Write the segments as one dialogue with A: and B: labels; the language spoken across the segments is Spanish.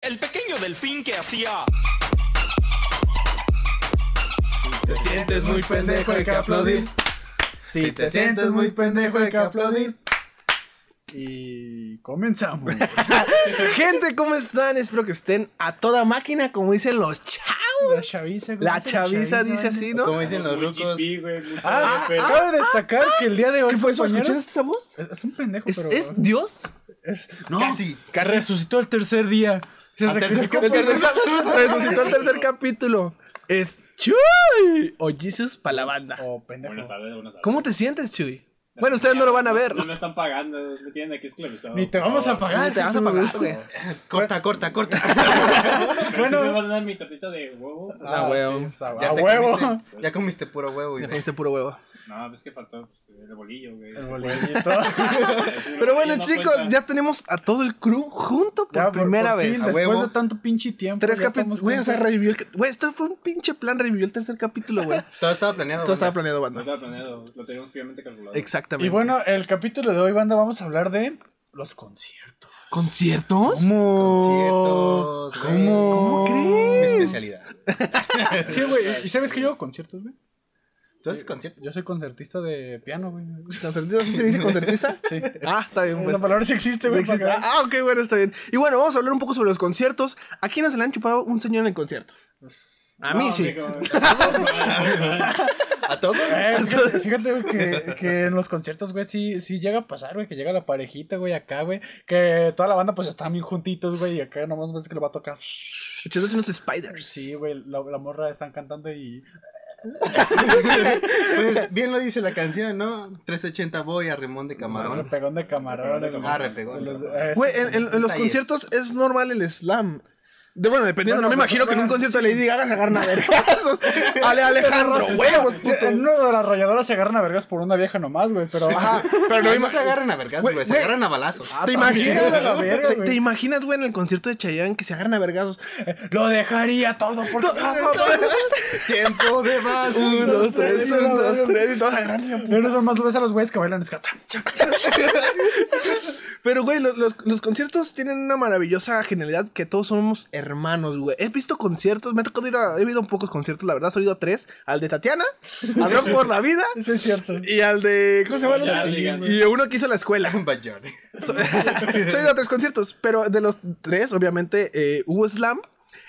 A: El pequeño delfín que hacía.
B: Te sientes muy pendejo hay que aplaudir. Si te sientes muy pendejo hay que aplaudir.
C: Y comenzamos.
D: Gente, ¿cómo están? Espero que estén a toda máquina, como dicen los
C: La
D: chavos.
C: chaviza. ¿cómo
D: La
C: dice
D: chaviza dice así,
B: O Como
D: ¿no?
B: dicen los rucos.
C: Ah, cabe destacar que el día de hoy.
D: ¿Qué fue eso?
C: compañeros,
D: ¿Escuchaste esa voz?
C: Es, es un pendejo,
D: ¿Es,
C: pero.
D: es Dios?
C: es- no,
B: Casi,
C: que Resucitó el tercer día. Se
B: Al tercer
C: sacrificó
D: El
C: por
D: tercer
C: Dios.
D: capítulo, resucitó el tercer capítulo. Es Chuy o Jesus para la banda.
C: Oh, pendejo.
E: Buenas tardes, buenas tardes.
D: ¿Cómo te sientes, Chuy? Bueno, ustedes no lo van a ver.
E: No me están pagando, me tienen aquí esclavizado.
C: Ni te vamos a pagar.
D: Ni Ah, te vas a
C: Jesús.
D: pagar, güey.
B: Corta, corta, corta.
E: Bueno,
C: Bueno.
E: me van a dar mi tortita de huevo. pues,
C: Ah,
D: huevo. Pues,
C: sí, o sea,
B: Ya
C: a
B: te
C: huevo.
B: comiste- ya comiste puro huevo. Y
D: Me
E: pues,
D: comiste puro huevo.
E: No, pues que faltó pues, el bolillo, güey.
C: El bolillito.
D: Pero bueno,
E: No
D: chicos,
E: cuenta.
D: ya tenemos a todo el crew junto por
C: Ya,
D: primera
C: por fin,
D: vez.
B: A
C: después
B: huevo.
C: de tanto pinche tiempo.
D: Tres
C: ya estamos
D: capítulos. Güey, o sea,
C: juntos.
D: revivió el. ca- Güey, esto fue un pinche plan, revivió el tercer capítulo, güey.
B: Todo estaba planeado.
D: Todo estaba
B: banda.
D: planeado,
E: No
D: banda.
E: estaba planeado, lo teníamos fríamente calculado.
D: Exactamente.
C: Y bueno, el capítulo de hoy, banda, vamos a hablar de los conciertos.
D: ¿conciertos?
C: ¿Cómo?
B: Conciertos, güey.
C: ¿Cómo
B: Mi
D: crees?
B: especialidad.
C: Sí, güey. ¿Y sabes que yo hago conciertos, güey?
B: ¿Tú haces conciertos?
C: Yo soy concertista de piano, güey.
D: ¿Concertista? ¿Sí se dice concertista?
C: Sí.
D: Ah, está bien, pues.
C: La palabra sí existe, güey.
D: Existe-
C: para que-
D: Ah, ok, bueno, está bien. Y bueno, vamos a hablar un poco sobre los conciertos. ¿A quiénes se le han chupado un señor en el concierto? Ah, A mí
E: No,
D: sí.
E: amigo, no,
B: ¿A todos?
C: Eh, fíjate, fíjate, güey, que, que en los conciertos, güey, sí, sí llega a pasar, güey, que llega la parejita, güey, acá, güey, que toda la banda, pues, están bien juntitos, güey, y acá nomás ves que le va a tocar.
D: Echándose unos spiders.
C: Sí, güey, la, la morra están cantando y...
B: Pues bien lo dice la canción, ¿no? 380 voy a Remón de Camarón.
C: Repegón de camarón.
E: Repegón de
C: el-
B: Ah, repegón.
C: los-
B: camarón.
C: eh,
D: Güey, en, en- en los
B: Detalles.
D: conciertos es normal el slam. De, bueno, dependiendo,
C: Bueno, pues,
D: no me imagino que en un
C: bueno,
D: concierto le Lady Gaga se agarran a vergazos. Ale Alejandro, huevos,
C: Sí,
D: puto.
C: En una de las rayadoras se agarran a vergas por una vieja nomás, güey, pero...
B: Ajá, pero no,
D: Pero no
B: se agarran a vergas,
D: Güey,
B: güey. Se
D: güey. Ah,
B: agarran a balazos.
D: ¿Te
C: también,
D: imaginas?
C: a la verga,
D: ¿Te,
C: güey. Ah,
D: te imaginas, güey, en el concierto de Chayanne que se agarran a vergazos?
C: Lo dejaría todo porque...
B: Tiempo de más.
D: Un, dos, tres,
C: a la
D: un, dos,
C: verga.
D: tres, y todos agarrándose a pu-
C: Pero nomás lo ves a los güeyes que bailan escata.
D: Pero, güey, los, los- los conciertos tienen una maravillosa genialidad que todos somos hermanos, güey. He visto conciertos, me ha tocado ir a... He ido a pocos conciertos, la verdad, solo he ido a tres. Al de Tatiana, al Rock por la Vida
C: Eso es cierto.
D: y al de... ¿Cómo se llama? el otro?
E: Charlie,
D: Y uno que hizo la escuela.
B: Bayón.
D: So- Soy de tres conciertos, pero de los tres, obviamente, eh, hubo slam.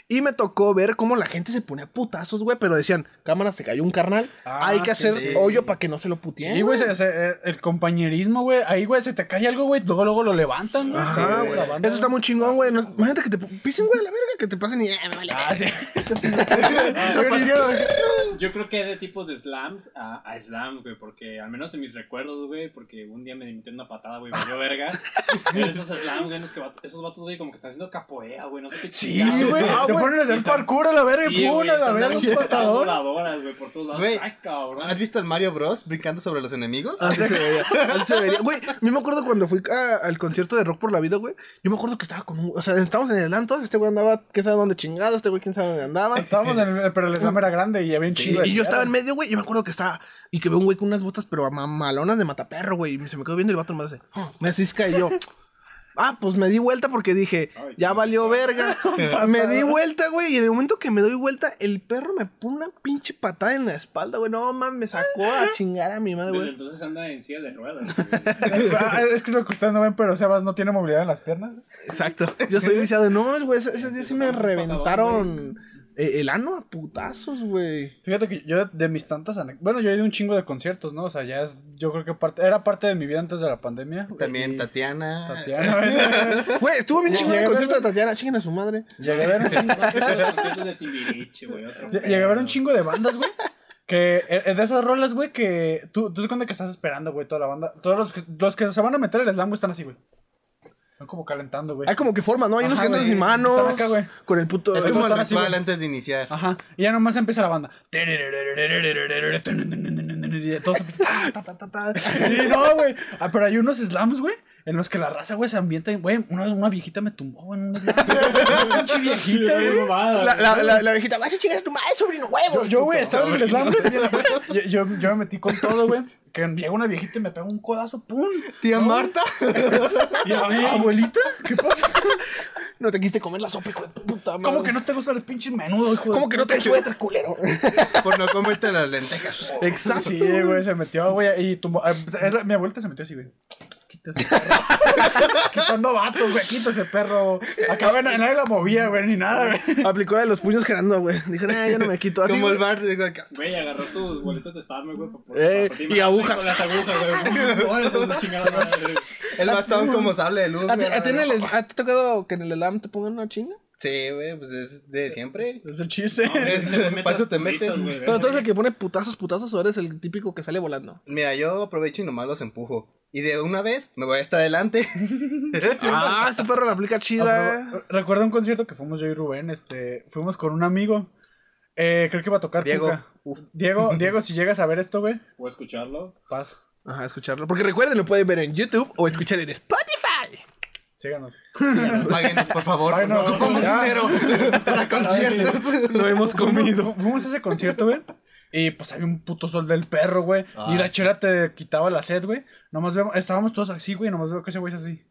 D: Y me tocó ver cómo la gente se ponía a putazos, güey. Pero decían, cámara, se cayó un carnal.
C: Ah,
D: hay que
C: sí,
D: hacer
B: sí.
D: hoyo para que no se lo puteen.
C: Sí, güey, se- se- eh, el compañerismo, güey. Ahí, güey, se te cae algo, güey. Luego, luego lo levantan, güey. Sí,
D: Ajá, güey.
C: la banda,
D: Eso está muy chingón, güey. No- imagínate que te pu- pisen, güey, a la verga, que te pasen y... eh, me vale
C: Ah, sí.
E: güey. Yo creo que hay de tipos de slams a, a slam, güey, porque al menos en mis recuerdos, güey, porque un día me metieron una patada, güey, me dio verga. Pero esos slams, güey, en los que vatos- esos vatos, güey, como que están haciendo capoea, güey, no sé qué
C: Sí,
E: chingados,
C: güey.
D: Ah,
C: Te
D: güey.
C: ponen a hacer parkour a la verga y
E: Sí,
C: pum,
E: güey,
C: a la
E: están
C: verga.
E: dando
C: Un
E: patadas
C: patador.
E: voladoras, güey, por todos lados.
B: Güey,
E: Ay, cabrón.
B: ¿Has visto al Mario Bros brincando sobre los enemigos?
D: Así se veía, así se veía. Güey, a mí me acuerdo cuando fui a- al concierto de Rock por la Vida, güey. Yo me acuerdo que estaba con un... O sea, estábamos en el Antos, este güey andaba, quién sabe dónde chingado, este güey quién sabe dónde andaba.
C: Estábamos en el. Pero el examen era grande y había un
D: Y,
C: chingo. de
D: y yo estaba en
C: mierda.
D: medio, güey. Yo me acuerdo que estaba. Y que veo un güey con unas botas, pero a ma- malonas de mataperro, güey. Y se me quedó viendo el vato nomás hace. "Oh", Me cisca y yo. Ah, pues me di vuelta porque dije,
E: Ay,
D: ya
E: qué
D: valió verga. me di vuelta, güey. Y en el momento que me doy vuelta, el perro me pone una pinche patada en la espalda, güey. No mames, me sacó a chingar a mi madre,
E: Desde
D: güey.
E: Pues entonces anda en silla de ruedas. güey.
C: Ah, Es que es lo que ustedes no ven, pero Sebas no tiene movilidad en las piernas.
D: Exacto. Yo soy lisiado. No mames, güey. Ese, ese día sí me
E: Un patadón,
D: reventaron eh, el ano a putazos, güey.
C: Fíjate que yo de, de mis tantas ane- Bueno, yo he ido a un chingo de conciertos, ¿no? O sea, ya es. Yo creo que parte, era parte de mi vida antes de la pandemia.
B: También
C: Y-
B: Tatiana.
C: Tatiana. güey.
D: Güey, estuvo bien chingón el
C: Llegué a
D: concierto de Tatiana. Chinguen a su madre.
C: Llegué a ver un chingo-
E: Los conciertos de Timbiriche, güey, otro
C: Lle- Llegué a ver
E: pedo.
C: un chingo de bandas, güey. Que eh, de esas rolas, güey, que tú, tú te cuenta que estás esperando, güey, toda la banda. Todos los que, los que se van a meter al slam, güey, están así, güey. Están como calentando, güey.
D: Hay como que forma, ¿no? Hay unos
C: Ajá,
D: que andan
C: güey.
D: sin manos.
C: Están acá, güey.
D: con el puto.
B: Es
C: Pero
B: como el
C: están así,
B: ritual
C: güey.
B: antes de iniciar.
C: Ajá. Y ya nomás empieza la banda. Y Todos empiezan, ta, ta, ta, ta, ta. Y no, güey. Ah, pero hay unos slams, güey. En los que la raza, güey, se ambienta. y, Güey, una, una viejita me tumbó, güey. en un slam. Una pinche viejita,
E: Qué
C: güey.
E: mamada,
D: La, la, la, la viejita, vas a chingar a tu madre, sobrino, huevo.
C: Yo, güey,
D: puto.
C: estaba en el slam, güey. Yo, yo, yo me metí con todo, güey. Que llega una viejita y me pega un codazo, ¡pum!
B: Tía Marta.
C: ¿Abuelita? ¿Qué pasa?
D: No te quisiste comer la sopa, hijo de tu puta madre.
C: ¿Cómo que no te gusta el pinche menudo, hijo? de-
D: ¿Cómo que no te suéter, culero?
B: Por no comerte las lentejas.
D: Exacto.
C: Sí, güey, se metió, güey. Y tu, ah, es la- mi abuelita se metió así, güey. Quítase, perro. Quitando vatos, güey. Quítase, perro. Acá, güey, nadie la movía, güey, ni nada, güey.
D: Aplicó la de los puños Gerardo, güey. Dijo, nah, yo no me quito. A ti,
B: Como el
D: güey.
B: bar, digo acá.
E: Güey, agarró sus boletas de Starmer, güey. para-
D: Eh,
E: para-
D: y
E: para-
D: agujas.
E: Con las agujas, güey. Ay, pues, la chingada madre.
B: El bastón como sable de luz.
D: ¿A ti-
B: güey,
D: a ti en
B: no, no.
D: el- ¿A ti te ha tocado que en el Elam te pongan una chinga?
B: Sí, güey, pues es de siempre.
C: Es el chiste.
E: No,
B: Es-
E: te metes
B: pa' eso te
E: con
B: metes.
E: risas, güey,
D: Pero tú eres el que pone putazos, putazos, o eres el típico que sale volando.
B: Mira, yo aprovecho y nomás los empujo. Y de una vez me voy hasta adelante.
D: Ah, este perro la aplica chida.
C: Apro- Recuerdo un concierto que fuimos yo y Rubén, este, fuimos con un amigo. Eh, creo que iba a tocar
B: Diego.
C: Cuca.
B: Uf.
C: Diego, Diego, si llegas a ver esto, güey,
E: O escucharlo.
C: paz.
D: Ajá, escucharlo. Porque recuerden, lo pueden ver en YouTube o escuchar en Spotify.
C: Síganos.
B: Páguenos, por favor.
C: Páguenos,
B: Ocupamos
C: ya.
B: dinero para conciertos.
D: Lo hemos
C: Fuimos, fuimos a ese concierto, güey. Y pues había un puto sol del perro, güey. Y
D: Ah,
C: la chela te quitaba la sed, güey. Nomás vemos, estábamos todos así, güey. Nomás veo que ese güey es así.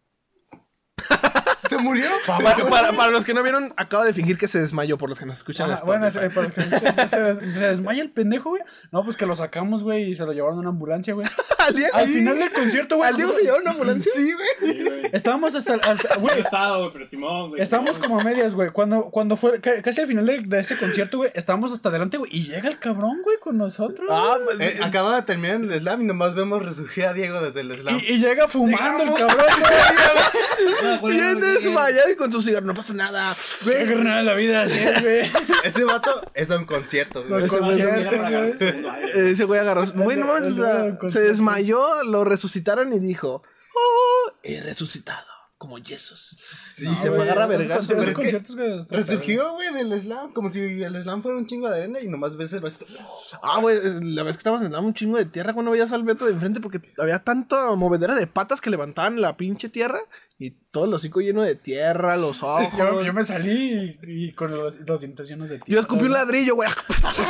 B: ¿Se murió?
D: Para, para- para los que no vieron, acaba de fingir que se desmayó por los que nos escuchan.
C: Ah,
D: en
C: bueno,
D: Spotify.
C: ese- para que se, se- se desmaya el pendejo, güey. No, pues que lo sacamos, güey, y se lo llevaron a una ambulancia, güey.
D: al día
C: Al
D: sí.
C: final del concierto, güey.
D: ¿Al Diego se llevó una ambulancia? Sí, güey.
E: Sí, güey.
C: Estábamos hasta, hasta-
E: Buen
C: güey,
E: estado, güey, pero Simón, güey.
C: Estábamos
E: Simón.
C: como a medias, güey. Cuando, cuando fue ca- casi al final de, de ese concierto, güey, estábamos hasta adelante, güey. Y llega el cabrón, güey, con nosotros.
D: Ah, pues,
B: Eh, acaba de terminar el slam y nomás vemos resurgir a Diego desde el slam.
C: y, y llega fumando el cabrón, güey.
E: Ah, güey,
D: bien
E: güey,
D: desmayado y con su cigarro. No pasa nada.
C: Güey, carnal, la vida así es, güey.
B: Ese vato es de un concierto, güey.
C: Los
E: güey, güey,
C: conciertos,
E: mira para agarrar su segundo aire.
D: Eh, Ese güey agarró. Güey, no mames,
C: el-
D: o sea,
C: el concierto.
D: se desmayó, lo resucitaron y dijo: Oh, he resucitado. Como Jesús.
B: Sí,
D: se fue a agarrar
C: Ah, Esos conciertos-
D: vergazos,
B: pero
C: esos
B: es que
C: conciertos, güey, hasta-
B: Resurgió, güey, del slam, como si el slam fuera un chingo de arena y nomás ves el vasito.
D: Ah, güey, eh, la vez que estábamos sentados un chingo de tierra cuando veías al Beto de enfrente porque había tanta movedera de patas que levantaban la pinche tierra y todo el hocico lleno de tierra, los ojos.
C: Yo, yo me salí y, y con los, los dientes llenos de
D: Yo escupí un ladrillo, güey.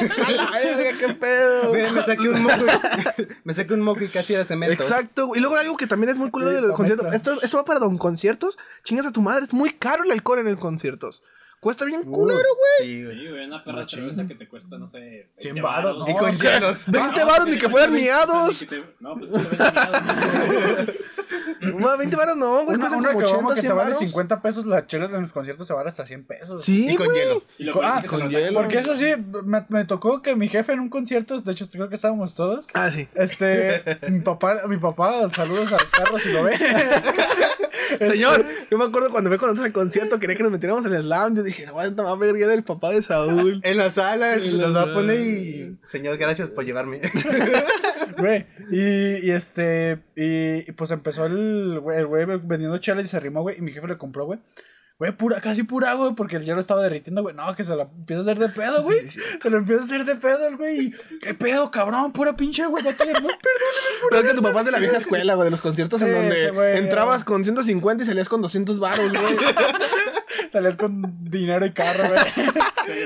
D: ¡Sala, verga, qué pedo!
B: Güey, me saqué un moco. me saqué un moco y casi era cemento.
D: Exacto. güey. Y luego algo que también es muy culero
C: Sí,
D: de los
C: pa'
D: conciertos.
C: maestra.
D: Esto, esto va para don conciertos. Chingas a tu madre. Es muy caro el alcohol en el conciertos. Cuesta bien culero, güey.
B: Sí, güey.
E: Sí, güey, una perra cerveza que te cuesta, no sé.
C: 100
E: 20
C: varos,
E: varos,
B: Y
C: No,
B: con
C: o sea,
B: llenos.
D: 20 varos ni que fueran miados.
E: miados. No, pues que te venden miados.
D: No, 20 varos no,
C: Una,
D: güey. Cuesta
C: una
D: como
C: caguama
D: 80,
C: que te
D: 100
C: vale
D: varos.
C: 50 pesos, la chela en los conciertos se vale hasta 100 pesos.
D: Sí,
B: Y con
D: güey.
B: hielo.
E: Y lo
C: Co-
E: peor
C: ah,
E: es que
D: con
E: te lo
D: hielo.
C: Porque eso sí, me, me tocó que mi jefe en un concierto, de hecho creo que estábamos todos,
D: Ah, sí.
C: Este, mi papá, mi papá, saludos al carro si lo ve.
D: Señor, yo me acuerdo cuando me conoces al concierto, quería que nos metiéramos en el slam. Yo dije, no, esta va a ver el papá de Saúl.
B: En la sala los va a poner y. Señor, gracias por llevarme.
C: Güey, y, y este, y, y pues empezó el güey, el güey vendiendo chelas y se arrimó, güey, y mi jefe le compró, güey. Güey, pura, casi pura, güey, porque el hielo estaba derritiendo, güey. No, que se la empieza a hacer de pedo, güey. se lo empieza a hacer de pedo, el güey. y, ¿Qué pedo, cabrón? Pura pinche, güey. ya te- No, perdóname,
D: Pero es que tu papá es de la vieja escuela, güey, de los conciertos
C: Sí,
D: en
C: ese
D: donde
C: güey,
D: entrabas
C: ya.
D: con 150 y salías con 200 varos, güey.
C: por- Salías con dinero y carro, güey.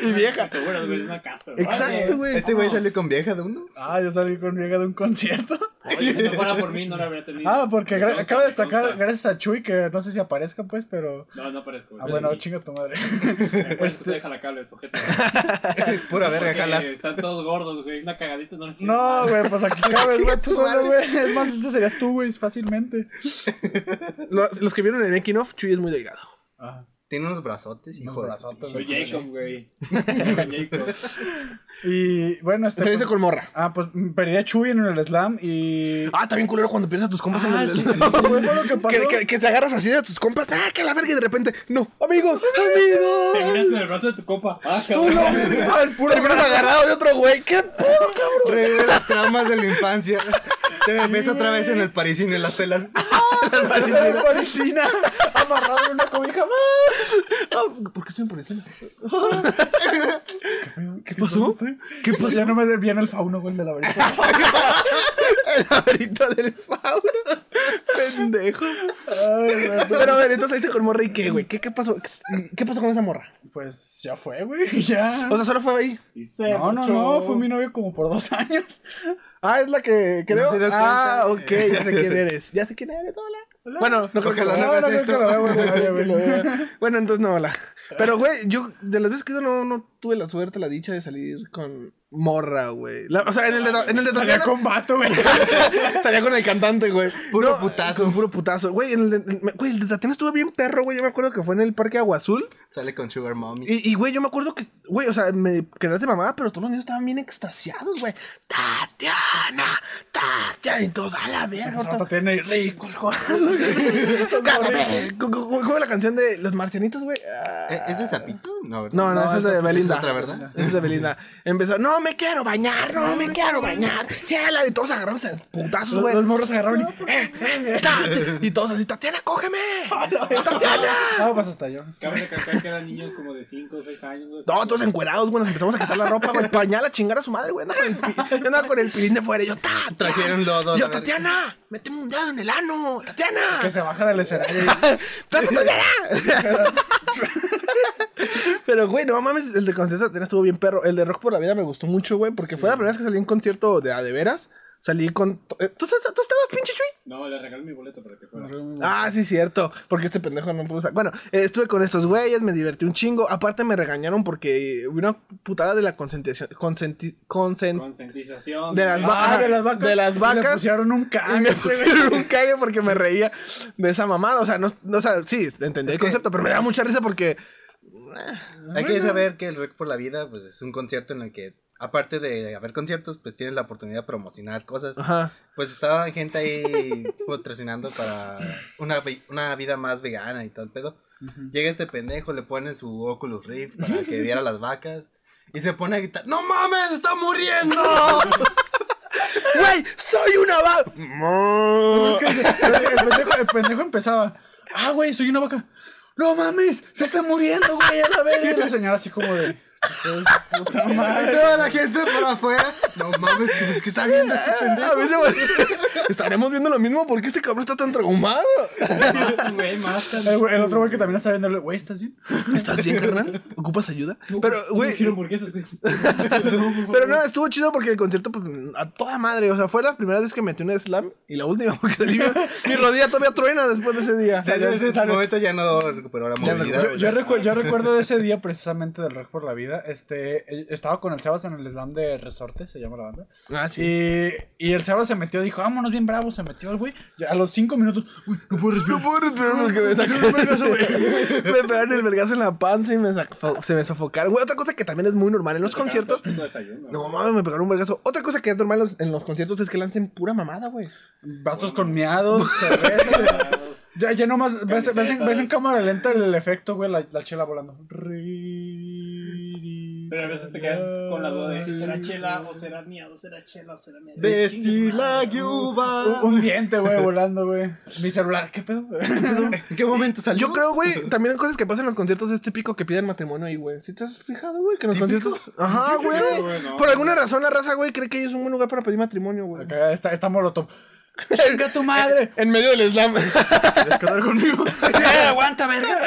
D: Y vieja.
E: Te aseguras, güey, es una casa. güey.
D: Exacto, güey.
B: Este güey salió con vieja de uno.
C: Ah, yo salí con vieja de un concierto.
E: Oye, si no fuera por mí, no lo habría tenido.
C: Ah, porque
E: Me
C: gra-
E: consta,
C: acaba de
E: me
C: sacar,
E: consta.
C: gracias a Chuy, que no sé si aparezca, pues, pero.
E: No, no parezco.
C: Ah,
E: sí.
C: bueno, chinga tu madre.
E: Me acuerdo que
C: este-
E: Deja la cable, sujeto.
B: Pura verga,
E: Porque
B: jalas.
E: Están todos gordos, güey. Una cagadita no les sirve
C: No,
E: nada.
C: güey, pues aquí cabes, güey, tú
D: tu
C: solo,
D: madre.
C: güey. Es más, este serías tú, güey, fácilmente.
D: Lo- Los, que vieron en Making Off, Chuy es muy delgado.
C: Ajá.
B: Tiene unos brazotes, hijo de su
C: brazotes,
B: pinche-
E: Soy Jacob, güey. Soy Jacob.
C: Y bueno, este.
D: Se dice
C: pues-
D: con morra.
C: Ah, pues mm, perdí a Chuy en el slam y.
D: Ah, también culero cuando pierdes a tus compas en
C: Ah,
D: el
C: sí, güey, fue lo que pasó.
D: que, que- que te agarras así de tus compas. Ah, que la verga. Y de repente, no, amigos, amigos.
E: Terminas con el brazo de tu copa. Ah,
D: No,
E: cabrón.
D: la verga. Ah, el puro Terminas agarrado de otro güey. ¿Qué pedo, cabrón?
B: Revive las traumas de la infancia. Te ves otra vez en el parisino y las pelas.
C: La parisina amarrado en una cobija.
D: Ah, ¿Por qué estoy por encima?
C: ¿Qué
D: pasó?
C: ¿Qué pasó? Ya no me ve bien el fauno, güey, el de la varita.
D: El laberinto del fauno. Pendejo.
C: Ay, güey.
D: Pero a ver, entonces ahí te con morra y qué, güey. ¿Qué, qué pasó? ¿Qué- ¿Qué pasó con esa morra?
C: Pues ya fue, güey, ya.
D: O sea, solo fue ahí.
E: Y se
C: No, no,
E: marchó.
C: no, fue mi novio como por dos años.
D: Ah, es la que creo.
B: se dio
D: ah, ok,
B: cuenta.
D: ya sé quién eres. Ya sé quién eres, hola. Bueno, no creo que lo
C: No,
D: hagas
C: no creo
D: esto.
C: que lo haga, güey,
D: No
C: nadie,
D: creo
C: güey.
D: que lo haga. Bueno, entonces no, la. Pero, güey, yo de las veces que yo no, no tuve la suerte, la dicha de salir con morra, güey. La- O sea, en el de, en el de
C: Salía
D: Tatiana-
C: con vato, güey.
D: Salía con el cantante, güey.
B: Puro putazo.
D: Con puro putazo. Güey, en el, de- me- güey, el de Tatiana estuvo bien perro, güey. Yo me acuerdo que fue en el Parque Agua Azul.
B: Sale con Sugar Mommy.
D: Y, y, güey, yo me acuerdo que, güey, o sea, me quedaste mamada, pero todos los niños estaban bien extasiados, güey. Tatiana, Tatiana, y todos a la verga.
C: Vato
D: otra-
C: tiene rico.
D: Cátame. Co- co- co- Como la canción de Los Marcianitos, güey. Ah.
B: ¿E- ¿Es de Zapito? No, ¿verdad?
D: No, no, esa es de Belinda.
B: Es otra, ¿verdad?
D: Esa es de Belinda. Empezó, no me quiero bañar, no me quiero bañar. Y la de todos agarrándose a putazos,
C: Los,
D: güey.
C: los morros agarraron y.
D: Eh, eh, Tat- Y todos así, Tatiana, cógeme. Tatiana.
C: No, pues hasta yo.
E: Cabe recalcar que eran niños como de 5 o 6 años. güey.
D: No, todos encuerados, güey. Nos empezamos a quitar la ropa, güey. Pañal a chingar a su madre, güey. Andaba con el pi- Yo andaba con el pilín de fuera. y Yo, Tatiana.
B: Trajeron lodo,
D: Yo,
B: la verga.
D: Tatiana, méteme un dedo en el ano.
C: Que
D: Tatiana.
C: se baja del escenario.
D: Pero, pues, Tatiana. Pero, güey, no mames, el de concierto de Tatiana estuvo bien perro. El de Rock por la Vida me gustó mucho, güey, porque fue la primera vez que salí en concierto de a de veras. Salí con. to- eh, ¿Tú, estás- tú estabas pinche chuy?
E: No, le regalé mi boleto para que fuera.
D: Ah, sí, cierto. Porque este pendejo no pudo usar. Bueno, eh, estuve con estos güeyes, me divertí un chingo. Aparte, me regañaron porque hubo una putada de la consentización. Consenti, consent-
E: Concientización.
D: de las
E: güey.
D: vacas.
C: Ah, de las vacas.
D: De las
C: Y
D: vacas.
C: Le pusieron un
D: y me
C: cambio.
D: pusieron un cague porque me reía de esa mamada. O sea, no, no, o sea sí, entendí el
B: que-
D: concepto, pero me da mucha risa porque.
B: Hay que saber que el Rock por la Vida pues es un concierto en el que, aparte de haber conciertos, pues tienes la oportunidad de promocionar cosas.
D: Ajá.
B: Pues estaba gente ahí patrocinando para una, vi- una vida más vegana y todo el pedo. Llega este pendejo, le ponen su Oculus Rift para que viera las vacas. Y se pone a gritar, ¡No mames, está muriendo!
D: ¡Güey! ¡Soy una vaca!
C: Es que dice, el, el pendejo, el pendejo empezaba. Ah, güey, soy una vaca. No mames, se está muriendo, güey, a la verga. Y la señora así como de. "Ustedes, Puta
B: Y
C: madre.
B: toda la gente por afuera, ¡No mames, que, es que está viendo este pendejo!
D: A veces, güey, Estaremos viendo lo mismo porque este cabrón está tan traumado.
E: Más, güey, más.
C: El, güey- el otro güey que también está viéndole, güey, ¿estás bien?
D: ¿Estás bien, carnal? ¿Ocupas ayuda? Pero, güey.
E: Quiero hamburguesas, güey.
D: Pero no, estuvo chido porque el concierto, pues, a toda madre. O sea, fue la primera vez que metí un slam y la última porque salí bien. Mi rodilla todavía truena después de ese día.
B: O sea, yo en ese momento ya no recuperó la movilidad.
C: Yo, yo recu- yo recuerdo de ese día precisamente del Rock por la Vida. Este, eh, estaba con el Sebas en el slam de Resorte, se llama la banda.
D: Ah,
C: Y, y el Sebas se metió, dijo, vámonos bien bravo, se metió el güey. Y A los cinco minutos, uy, no puedo respirar.
D: No puedo respirar porque me
C: No, no, no, eso,
D: sacaron.
C: güey.
D: me pegaron el vergazo en la panza y me sacó- se me sofocaron. Güey, otra cosa que también es muy normal en los conciertos.
E: Puto desayuno,
D: No
E: güey.
D: mames, me pegaron un vergazo. Otra cosa que es normal en los- en los conciertos es que lancen pura mamada, güey.
C: Bastos con miados, cerveza. ya, ya nomás ves, ves, en, ves en cámara lenta el efecto, güey, la, la chela volando.
E: Pero a veces te quedas con la duda de ¿será chela o será miado? ¿Será chela o será miado?
B: Destila
C: Un-
B: yuba.
C: Un diente, güey, volando, güey. Mi celular, ¿qué pedo?
B: ¿En qué momento salió?
D: Yo creo, güey, también hay cosas que pasan en los conciertos es típico que piden matrimonio ahí, güey. ¿Sí te has fijado, güey? Que en los conciertos. Ajá,
E: Sí,
D: güey.
E: güey, no.
D: Por alguna razón la raza, güey, cree que ahí es un buen lugar para pedir matrimonio, güey.
C: Acá está, está molotov. ¡Chinga tu madre!
D: En medio del slam.
C: ¿Quieres quedar conmigo?
D: ¡Eh, aguanta, verga!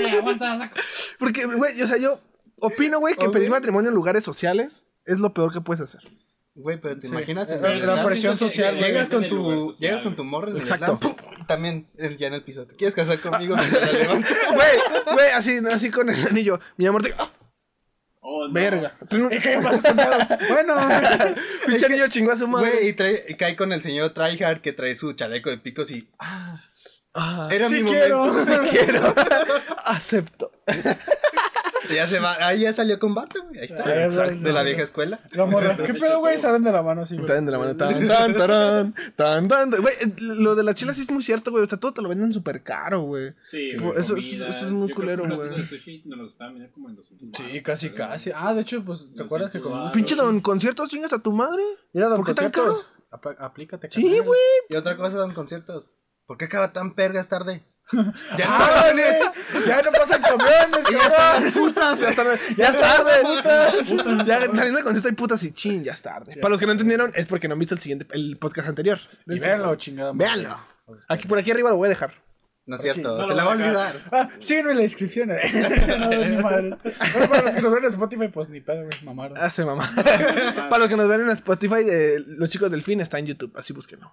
E: Eh, aguanta, saco.
D: Porque, güey, o sea, yo opino, güey, que
B: Ok.
D: pedir matrimonio en lugares sociales es lo peor que puedes hacer.
B: Güey, pero te imaginas.
C: Eh,
B: en
C: eh,
B: el-
C: la
E: Pero
C: presión
E: siento que-
C: social, güey.
B: Llegas con
E: Depende del lugar
B: tu,
E: social,
B: llegas con tu morro en el
D: Exacto.
B: slam, ¡pum! también el- ya en el piso. ¿Te quieres casar conmigo? Me la levanto.
D: Güey, güey, así, ¿no? así con el anillo. Mi amor, te... ¡Ah,
E: Oh, no.
D: verga.
C: ¿Y qué pasó con miado? Bueno,
D: Pinche anillo chingó a su
B: Güey,
D: madre.
B: y, trae- y cae con el señor Tryhard que trae su chaleco de picos y. ¡Ah! Era
C: Ah, sí
B: mi
C: quiero.
B: momento.
D: quiero. Acepto.
B: Y Ya se va. Ahí ya salió combate, güey. Ahí está.
C: Ahí está.
B: De la vieja escuela.
C: La morra, ¿qué pedo, güey? Salen de la mano así, güey.
D: Tan de la mano. Tan, tan, tarán, tan, tan, tan. Güey, eh, lo de las chelas sí es muy cierto, güey. O sea, todo te lo venden súper caro, güey.
E: Sí,
D: Tipo,
E: güey,
D: eso-
E: comida.
D: eso es muy
E: Yo creo que
D: culero,
E: un plato
D: güey.
E: de sushi nos lo estaban vendiendo como en 200
C: Sí,
E: baros,
C: casi,
E: creo.
C: casi. Ah, de hecho, pues, ¿te
E: Los
C: acuerdas que con...
E: entubados.
D: Pinche don conciertos chingas a tu madre.
C: Mira, don
D: ¿Por qué tan
C: Conciertos, ap- Aplícate.
D: Sí,
C: carnal.
D: güey.
B: Y otra cosa son conciertos. ¿Por qué acaba tan pergas tarde? Ya
C: Ah, güey, Ya no pasan camiones, cabrón.
D: Putas, ya es tarde. Ya es tarde. Ya saliendo del concierto hay putas y chin, ya es tarde. Para los que no entendieron, es porque no han visto el siguiente, el podcast anterior.
C: Y véanlo, chingada. madre.
D: Véanlo. Aquí, por aquí arriba lo voy a dejar.
B: No es cierto.
E: No
B: se
E: lo
B: la va a
E: voy a sacar.
B: olvidar.
C: Ah, síguenme en la descripción. eh. no, ni madre. Bueno, para los que nos ven en Spotify, pues ni pedo, güey, mamaron.
D: Hace mamá. Para los que nos ven en Spotify, eh, los chicos del fin está en YouTube, así búsquenlo.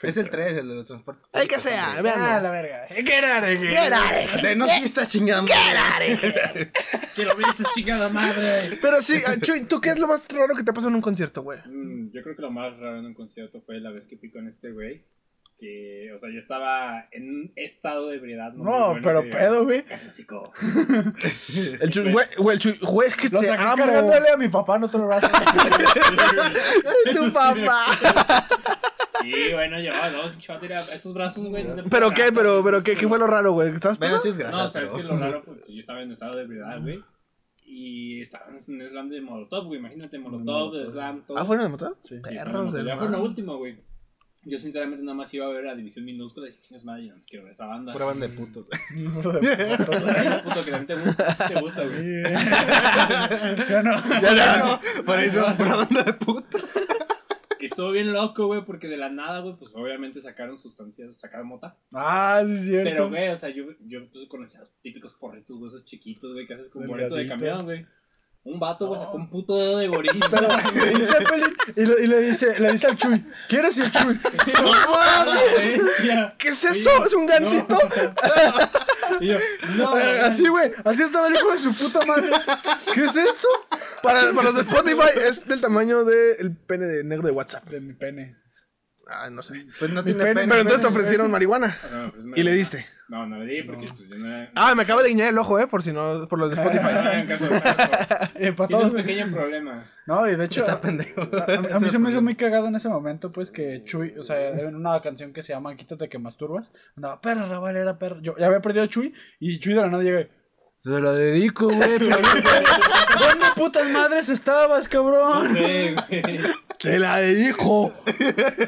B: Es el 3, el de los transportes.
D: El que sea,
C: Ah,
D: vean.
C: la verga. ¿Qué era,
D: Get out of here.
B: De no te estás chingando.
D: Get out of here.
E: Quiero ver esta chingada madre.
D: Pero sí, ah, Chuy, ¿tú qué es lo más raro que te pasa en un concierto, güey?
E: Mm, yo creo que lo más raro en un concierto fue la vez que fui con este güey. Que, o sea, yo estaba en un estado de ebriedad. muy
C: No,
E: bueno,
C: pero
E: que-
C: pedo, güey.
E: Clásico.
D: El Chuy, güey, güey, el Chuy, güey, es que
C: Lo
D: te
C: saqué
D: amo.
C: cargándole a mi papá en otro brazo.
D: Tu papá.
E: Y bueno, llevaba dos shot, era- esos brazos, güey. no te
D: ¿Pero
E: puedo
D: qué?
E: agarrar,
D: ¿Pero,
E: güey,
D: pero qué,
E: justo.
D: qué fue lo raro, güey? ¿Estás
B: Bueno, sí es
E: No,
B: gracioso.
E: sabes que lo raro, pues yo estaba en estado de ebriedad, güey. Y estábamos en un slam de Molotov, güey. Imagínate, Molotov, de slam, todo.
D: ¿Ah, fueron de motor?
C: Sí.
E: Pero
D: Perros del
E: ya fue lo
D: mar.
E: último, güey. Yo sinceramente nada más iba a ver a División Minúscula y dije, chingas madre, yo no quiero ver esa banda.
B: Pura banda de putos.
E: Esa puto que también te gusta, te gusta, güey.
C: Yo no.
B: Por eso, pura banda de putos.
E: Y estuvo bien loco, güey, porque de la nada, güey, pues obviamente sacaron sustancias, sacaron mota.
C: Ah, sí, es cierto.
E: Pero, güey, o sea, yo, yo pues, conocía los típicos porritos, güey, esos chiquitos, güey, que haces con boleto de
C: Delgaditos.
E: camión, güey. Un vato, güey, sacó un puto dedo de gorila.
C: Pero el Zeppelin y, lo- y le dice, le dice al Chuy, ¿quieres el Chuy?
E: ¡No mames! bestia.
D: ¿Qué es eso? ¿Es un gancito?
E: Y yo, no, güey.
C: Así, güey, así estaba el hijo de su puta madre. ¿Qué es esto?
D: Para, para los de Spotify es del tamaño del pene de negro de WhatsApp.
C: De mi pene.
D: Ah, no sé.
B: Pues no
C: Mi
B: tiene
C: pene,
B: pene.
D: Pero entonces te ofrecieron marihuana.
E: O sea, pues, me ofreció
D: ¿Y le
E: marihuana.
D: diste?
E: No, no le di porque pues, yo no era.
D: Ah, me acaba de guiñar el ojo, eh, por si no, por los de Spotify.
E: Ah, en caso de fuera,
C: Eh, para
E: Tiene
C: todos,
E: un
C: güey.
E: pequeño problema.
C: No, y de hecho,
B: Está
C: a,
B: pendejo.
C: a- a mí se me hizo muy cagado en ese momento, pues, que Chuy, o sea, en una canción que se llama Quítate que masturbas, andaba, perra, la valera, perra. Yo ya había perdido a Chuy, y Chuy de la nada llega, y, se lo dedico, güey. pero- ¿Dónde putas madres estabas, cabrón?
E: Sí, güey.
D: Te la dedico.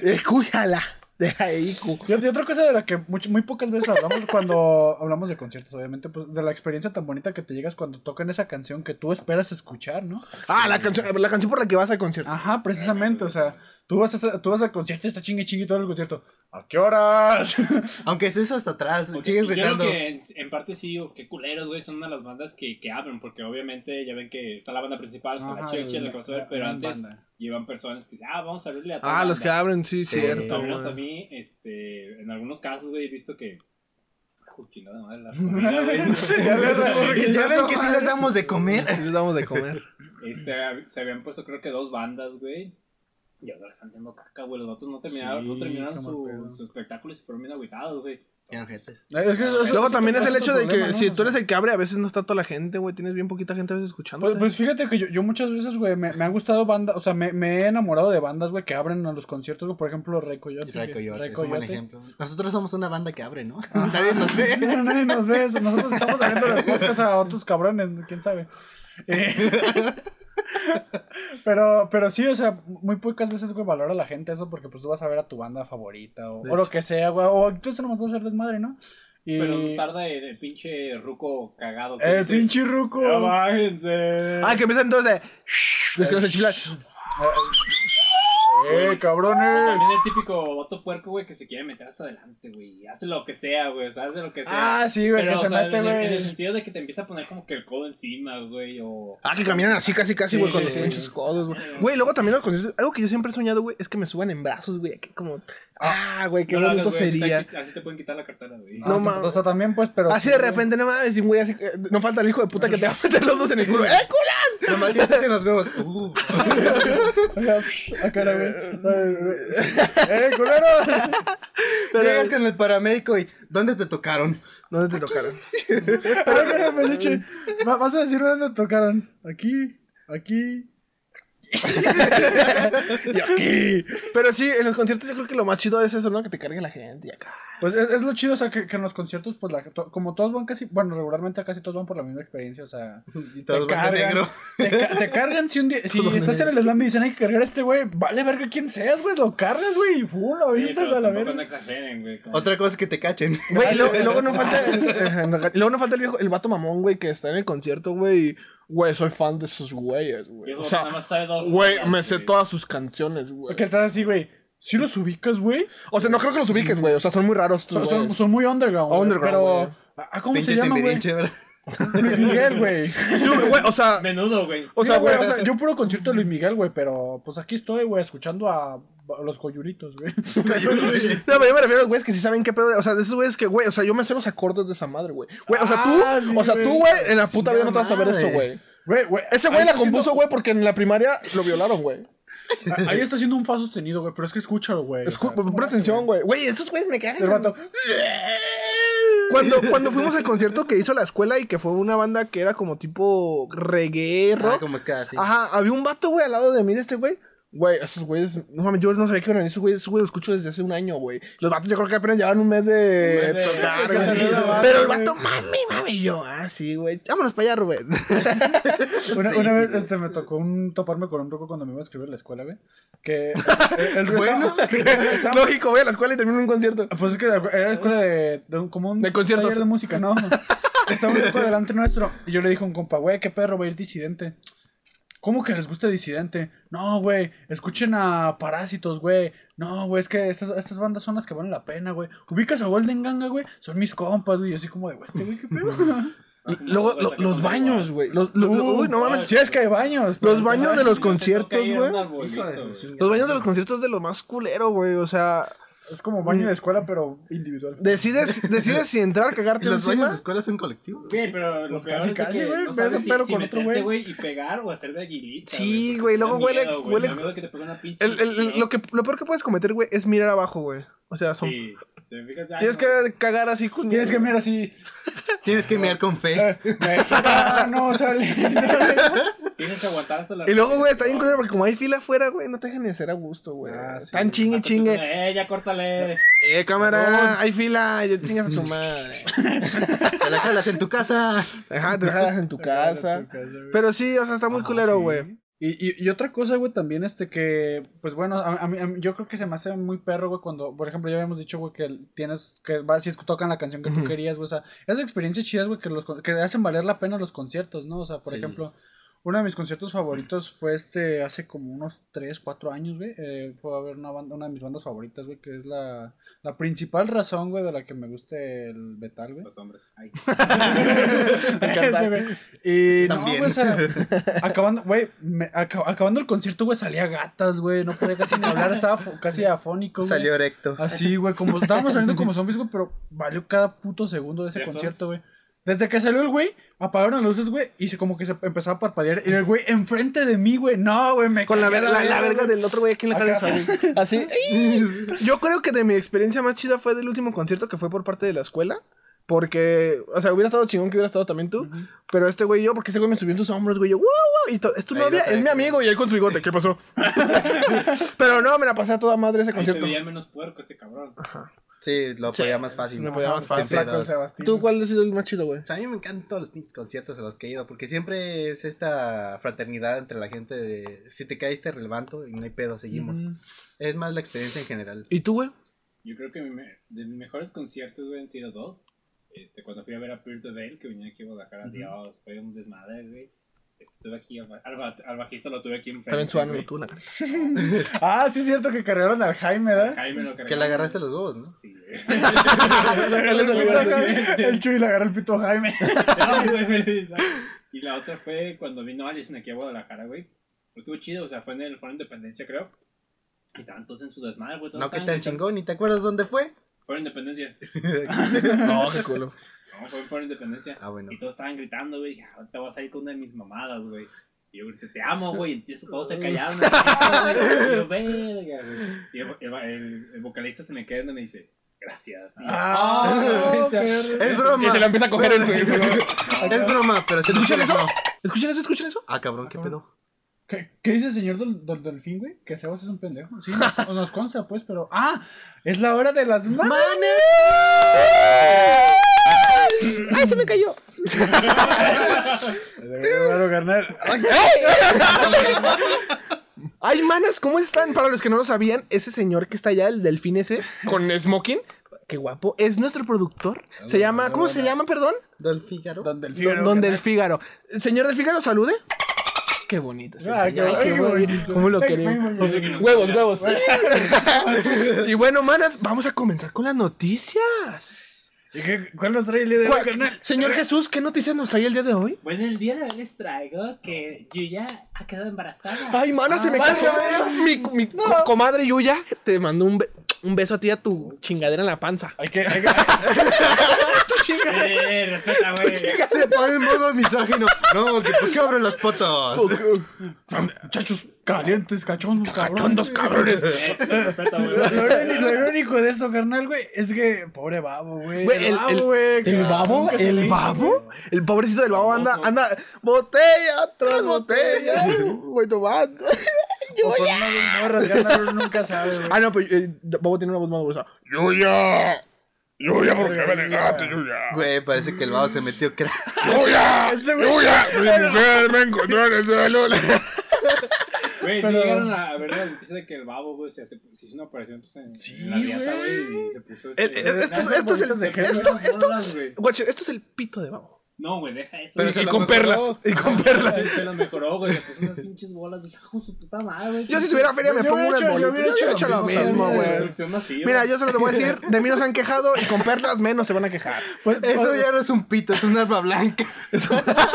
D: Escúchala. Te la dedico.
C: Y, y otra cosa de la que much- muy pocas veces hablamos cuando hablamos de conciertos, obviamente, pues de la experiencia tan bonita que te llegas cuando tocan esa canción que tú esperas escuchar, ¿no?
D: Ah, la canción, la canción por la que vas al concierto.
C: Ajá, precisamente, o sea, tú vas, a, tú vas al concierto y está chingue chingue todo el concierto. ¿A qué horas?
B: Aunque estés hasta atrás,
E: Porque
B: sigues
E: yo creo
B: gritando.
E: que en, en parte sí, o qué culeros, güey, son una de las bandas que, que abren, porque obviamente ya ven que está la banda principal, está la
C: Ajá,
E: cheche,
C: la-
E: la que vas a ver,
C: la
E: pero
C: gran
E: antes
C: banda.
E: llevan personas que dicen, ah, vamos a abrirle a tal
D: Ah, los que
E: banda".
D: abren, sí,
E: Pues,
D: cierto.
E: al menos a
D: güey.
E: mí, este, en algunos casos, güey, he visto que... Uy, chingada madre, la comida, güey.
C: Ya le recorrí,
B: Ya
C: ya
B: ven
C: le-
B: que sí les damos de comer.
D: Sí, les damos de comer.
E: Este, hab- se habían puesto creo que dos bandas, güey. Y ahora están haciendo caca, güey. Los vatos no terminaron,
C: Sí,
E: no terminaron
C: qué mal
E: su,
C: pedo.
E: su espectáculo y se fueron bien agüitados, güey.
B: Bien, ojetes.
C: Eh, Es que eso- eso-
D: Luego también es
C: eso
D: el hecho
C: otro
D: de
C: problema,
D: que
C: ¿no?
D: si
C: O
D: tú
C: sea,
D: eres el que abre, a veces no está toda la gente, güey. Tienes bien poquita gente a veces escuchando.
C: Pues, pues fíjate que yo, yo muchas veces, güey, me, me han gustado bandas, o sea, me, me he enamorado de bandas, güey, que abren a los conciertos, güey, por ejemplo, Rey Coyote.
B: Ray
C: güey,
B: Coyote,
C: Ray
B: es un buen
C: Coyote.
B: ejemplo. Nosotros somos una banda que abre, ¿no? Nadie nos ve.
C: No, nadie nos ve, eso. nosotros estamos abriendo las puertas a otros cabrones, ¿no? quién sabe. Eh, pero, pero sí, o sea, muy pocas veces, güey, valora la gente eso porque pues tú vas a ver a tu banda favorita o,
D: De
C: o lo que sea, güey, o incluso nomás vas a hacer desmadre, ¿no? Y
E: Pero tarda el, el pinche ruco cagado. que
C: el
E: dice,
C: pinche ruco.
E: "Ya bájense".
D: Ah, que empiezan entonces de. Los que no se chilan.
C: ¡Eh, cabrones!
E: También el típico vato puerco, güey, que se quiere meter hasta adelante, güey. y Hace lo que sea, güey. O sea, hace lo que sea.
C: Ah, sí, güey,
E: Pero,
C: que
E: o
C: se
E: sea,
C: mete,
E: en el- En el
C: güey.
E: sentido de que te empieza a poner como que el codo encima, güey. O.
D: Ah, que caminan así, casi,
C: Sí,
D: casi, güey, con
C: sí,
D: los
C: sí.
D: pinches codos, güey. Güey, luego también los conciertos. Algo que yo siempre he soñado, güey, es que me suban en brazos, güey. aquí como. Ah, güey, qué
E: No lo hagas,
D: bonito
E: güey, así te-
D: sería. Ah,
E: Así, te pueden quitar la cartera, güey.
D: No
C: No
D: mames.
C: mames. Ah, O sea, también, pues, pero.
D: Así
C: sí,
D: de
C: güey.
D: repente, no mames, y güey, así. eh, No falta el hijo de puta que te va a meter los dos en el culo. ¡Eh, culan!
B: Nomás sientes en los huevos. Uh,
C: Acá, psh, acá, güey. ¡Eh, culero!
B: llegas con el paramédico y ¿dónde te tocaron?
D: ¿Dónde te tocaron?
C: Pero espérame, Leche. Va- Vas a decir dónde tocaron. Aquí, aquí.
D: Y aquí. Pero sí, en los conciertos yo creo que lo más chido es eso, ¿no? Que te cargue la gente y acá.
C: Pues es, es lo chido, o sea, que, que en los conciertos, pues, la, to- como todos van casi, bueno, regularmente casi todos van por la misma experiencia, o sea.
B: Y todos van de
C: cargan,
B: negro.
C: Te, ca- te cargan si un día, si
D: Todos de
C: estás en el slam y dicen hay que cargar a este güey, vale verga quién seas, güey, lo cargas, güey, y ¡pum! lo
E: Oye,
C: avientas
E: pero
C: a la
E: tampoco No
C: verga.
E: exageren, güey. como-
B: Otra cosa que te cachen.
D: Güey, y luego, y luego no falta el, ajá, no, y luego no falta el viejo, el vato mamón, güey, que está en el concierto, güey. y, Güey, soy fan de sus güeyes,
E: Y
D: güey.
E: eso
D: O sea,
E: nada más sabe dos
D: güey,
E: rolas,
D: me sé
E: güey.
D: todas sus canciones, güey.
C: Que estás así, güey. Si los ubicas, güey.
D: O sea, no creo que los ubiques, güey. O sea, son muy raros. estos
C: Son, son,
D: güeyes.
C: son muy underground. güey,
D: Underground, güey.
C: pero. Ah, ¿Cómo se
B: Pinche
C: llama, güey?
B: timbiriche, ¿verdad?
C: Luis Miguel, güey.
D: Sí, güey, o sea,
E: Menudo, güey.
D: o sea,
C: Mira,
D: güey,
C: güey, o sea, yo puro concierto de Luis Miguel, güey, pero pues aquí estoy, güey, escuchando a los coyuritos, güey.
D: No, pero yo me refiero a los güeyes que sí saben qué pedo. O sea, de esos güeyes que, güey, o sea, yo me sé los acordes de esa madre, güey. Güey, o sea, tú,
C: Ah, sí,
D: o sea,
C: güey.
D: tú, güey, en la puta vida no te
B: Chingada
D: vas a saber eso,
B: madre.
D: güey.
C: Güey, güey.
D: Ese güey
C: ahí
D: la
C: está haciendo-
D: compuso, güey, porque en la primaria lo violaron, güey.
C: Ahí está haciendo un fa sostenido, güey, pero es que escúchalo, güey.
D: Escu-
C: O sea,
D: Pon atención, güey. Güey, esos güeyes me
C: el
D: cagan.
C: vato,
D: Cuando, cuando fuimos al concierto que hizo la escuela y que fue una banda que era como tipo reggae,
B: Ah,
D: rock.
B: como es que así.
D: Ajá, había un vato, güey, al lado de mí de este güey. Güey, esos güeyes, no mames, yo no sabía que eran esos güeyes, esos güeyes los escucho desde hace un año, güey. Los vatos yo creo que apenas llevan un mes de,
E: Un mes de-
D: tocar,
C: que
D: güey.
C: salió la banda,
D: Pero el
C: güey.
D: vato, mami, mami, y yo, ah, sí, güey, vámonos para allá, Rubén.
C: Una, una vez este, me tocó un, toparme con un roco cuando me iba a escribir a la escuela, güey. Que. eh, El, el-
B: Bueno.
C: estaba-
D: Lógico, voy a la escuela y termino un concierto.
C: Pues es que era escuela de, de un, como un
D: De conciertos.
C: taller de música, ¿no? Estaba un poco delante nuestro. Y yo le dije a un compa, güey, qué perro va a ir disidente. ¿Cómo que les gusta disidente? No, güey, escuchen a Parásitos, güey. No, güey, es que estas, estas bandas son las que valen la pena, güey. Ubicas a Golden Ganga, güey. Son mis compas, güey. Yo así como de, güey, este güey, qué pedo.
D: Luego, lo- los baños, güey. Los, los-
C: Uh,
D: los- uy, no mames.
C: Si es que hay baños.
D: Los baños de los conciertos,
E: Toca ir a
D: güey.
E: un arbolito,
B: Hijo de su
E: güey.
B: chingada.
D: Los baños de los conciertos es de lo más culero, güey. O sea,
C: Es como baño de escuela, pero individual.
D: decides, decides si entrar,
B: ¿Y
D: cagarte
B: los dueños de
D: encima.
B: escuelas son colectivos?
E: Güey, pero lo
C: Pues
E: peor
C: casi,
E: es de
C: casi,
E: que
C: güey,
E: no
C: ves a
E: sabes
C: un
E: si,
C: perro
E: si
C: con otro
E: meterte,
C: güey.
E: güey, y pegar o hacer de aguilita.
D: Sí,
E: porque
D: güey,
E: te da
D: luego huele-
E: miedo, güey,
D: huele-
E: da miedo que te pegue una pinche
D: El- el- el- lo, que, lo peor que puedes cometer, güey, es mirar abajo, güey. O sea, son,
E: Sí, te fijas, ay,
D: tienes
E: no,
D: que cagar así con.
C: Tienes que mirar así. eh,
B: Tienes que mirar con
C: Ah.
B: fe.
C: No, sale.
E: Tienes que aguantar hasta la.
D: Y luego, güey, está bien culero porque como hay fila afuera, güey, no te dejan ni hacer a gusto, güey.
C: Ah, sí.
D: Están chingue, chingue.
E: Eh, ya córtale.
D: Eh, cámara, hay fila, yo chingas a tu madre.
B: Te la jalas en tu casa.
D: Ajá, te dejas en tu casa.
C: güey.
D: Pero sí, o sea, está muy
C: Ah,
D: culero, güey.
C: Y, y, y otra cosa, güey, también, este, que, pues bueno, a, a mí, a mí- yo creo que se me hace muy perro, güey, cuando, por ejemplo, ya habíamos dicho, güey, que tienes, que vas y escu- tocan la canción que tú querías, güey, o sea, esas experiencias chidas, güey, que, los con- que hacen valer la pena los conciertos, ¿no? O sea, por
B: Sí.
C: ejemplo, uno de mis conciertos favoritos fue este, hace como unos 3, 4 años, güey, eh, fue a ver una banda, una de mis bandas favoritas, güey, que es la, la principal razón, güey, de la que me guste el metal, güey.
E: Los hombres. Ay.
D: encanta.
C: Ese, güey. Y
B: También.
C: no, güey, o sea, acabando, güey, me- aca- acabando el concierto, güey, salía gatas, güey, no podía casi ni hablar, estaba fo- casi afónico, güey.
B: Salió recto.
C: Así, güey, como estábamos saliendo como zombies, güey, pero valió cada puto segundo de ese
E: ¿Cierto?
C: concierto, güey. Desde que salió el güey, apagaron las luces, güey, y se, como que se empezó a parpadear. Y el güey enfrente de mí, güey, no, güey, me
D: Con la,
C: cagué
D: ver- la, la
C: verga,
D: verga
C: güey.
D: del otro güey aquí en la
C: Acá.
D: cara. Así. Yo creo que de mi experiencia más chida fue del último concierto que fue por parte de la escuela. Porque, o sea, hubiera estado chingón que hubiera estado también tú. Pero este güey y yo, porque este güey me subió en sus hombros, güey. Yo, wow, wow. Y to- es tu
B: Ahí lo
D: novia, es
B: trae,
D: mi
B: güey.
D: amigo. Y él con su bigote, ¿qué pasó? pero no, me la pasé a toda madre ese
E: Ahí se
D: concierto.
E: veía el menos puerco este cabrón.
B: Sí, lo podía más fácil.
D: sí, lo podía más fácil.
B: Siempre
C: Flaco el
B: dos.
C: Sebastián.
D: ¿Tú cuál ha sido el más chido, güey?
B: O sea, a mí me encantan todos los pinches conciertos a los que he ido, porque siempre es esta fraternidad entre la gente de si te caíste relevanto y no hay pedo, seguimos.
C: Ujú.
B: Es más la experiencia en general.
D: ¿Y tú, güey?
E: Yo creo que mi me- de mis mejores conciertos, güey, han sido dos. Este, cuando fui a ver a Pierce the Veil, que venía aquí a Guadalajara, Dios, fue un desmadre, güey. Este, tuve aquí, al, ba- al ba- al bajista lo tuve aquí enfrente.
D: También su ano,
E: güey.
D: tú, la cara.
C: Ah, sí es cierto que cargaron al Jaime, ¿verdad?
E: Jaime lo
B: Que le agarraste los huevos, ¿no?
E: Sí, güey.
C: El Chuy le agarró el pito a Jaime.
E: No, soy feliz, ¿no? Y la otra fue cuando vino Allison aquí a Guadalajara, güey. Estuvo chido, o sea, fue en el fue en Independencia, creo. Y estaban todos en su desmadre, güey. todos
B: No, que
E: estaban
B: tan chingón, ¿y te acuerdas dónde fue?
E: Fue en Independencia.
D: No, qué culo.
E: No, fue, fue en Independencia.
B: Ah, bueno.
E: Y todos estaban gritando, güey. "Ah, Ahorita vas a ir con una de mis mamadas, güey. Y yo grité, te amo, güey. Y eso todos se callaron. güey. Y yo, verga, güey. Y el, el- el- el vocalista se me queda y me dice, gracias. Y yo,
C: Ah,
E: "Oh, güey".
B: Es broma.
D: empieza a coger en su.
B: Es broma, pero si
D: ¿Escuchan
B: no-
D: eso?
B: no.
D: ¿Escuchan eso? ¿Escuchan eso?
B: Ah, cabrón, ¿qué pedo?
C: ¿Qué, qué dice el señor del, del delfín, güey? Que Sebas es un pendejo. Sí, nos, nos consta, pues, pero. ¡Ah! Es la hora de las manos.
D: ¡Ay, se me cayó!
C: Claro, carnal.
D: Ay, manas, ¿cómo están? Para los que no lo sabían, ese señor que está allá, el delfín ese, con smoking, qué guapo, es nuestro productor. Se llama, ¿cómo se llama, perdón?
B: ¿Del Fígaro?
C: Don delfín.
D: Don, don del Fígaro. Señor del Fígaro, salude. Qué bonito. ese
C: Ah, qué
D: señor, ay, qué bonito. ¿Cómo lo
C: Ay,
D: queremos?
C: muy bonito.
E: que nos
D: Huevos,
E: cuida.
D: huevos. y bueno, manas, vamos a comenzar con las noticias.
C: ¿Y qué- ¿Cuál nos trae el día de hoy,
D: ¿Cuál-
C: carnal?
D: Señor Jesús, ¿qué noticias nos traía el día de hoy?
E: Bueno, el día de hoy les traigo que Yuya ha quedado embarazada.
D: Ay, mana,
C: Ah,
D: se me casó. Mi, mi co- comadre Yuya te mandó un, be- un beso a ti y a tu chingadera en la panza.
C: Hay que, hay que,
E: Eh, respeta, güey.
B: Se pone en modo misógino. No, que pues que abren las patas.
C: muchachos calientes, cachondos, cabrones.
D: Cachondos cabrones.
E: Eh, Respeta, güey.
C: Lo, lo irónico- lo irónico de esto, carnal, güey, es que, pobre babo, güey.
D: Güey, el, el- el
C: que
D: babo,
C: nunca se le
D: el
C: hizo,
D: babo, el pobrecito del babo anda, anda, botella tras botella, güey, tomando.
C: O con unas morras, carnal, uno nunca sabe, güey.
D: Ah, no, pero el babo tiene una voz más gruesa.
F: Yuya. Yuya, ¿por qué me dejaste, Yuya?
B: Güey, parece que el vago se metió crack.
F: Yuya. Yuya. Mi mujer me encontró en el suelo.
E: Güey, sí llegaron a a ver la noticia de que el babo, güey, se, se, se hizo una operación pues, en, en la dieta, güey, y se puso este...
D: El- el- Eh, esto, es-
C: Esas
D: esto es
C: bolitas de
D: el,
C: gel,
D: esto,
E: unas
D: esto,
E: bolas, güey.
D: guache, esto es el pito de babo.
E: No, güey, deja eso.
B: Pero
E: güey.
B: se
D: Y
B: lo
D: con
B: mejoró.
D: perlas, y con perlas.
E: Se, se lo mejoró, güey, le puso unas pinches bolas. Dije, hijo de su puta madre, güey.
D: Yo si tuviera feria me
C: Yo
D: pongo
C: hubiera
D: unas
C: hecho- yo
D: bolitas. Yo
C: hubiera
D: hubiera hecho lo mismo,
E: Una
D: güey.
E: destrucción masiva.
D: Mira, yo solo te voy a decir, de mí no se han quejado y con perlas menos se van a quejar.
C: Pues,
B: Eso ya no es un pito, es un arma blanca.
D: Es un arma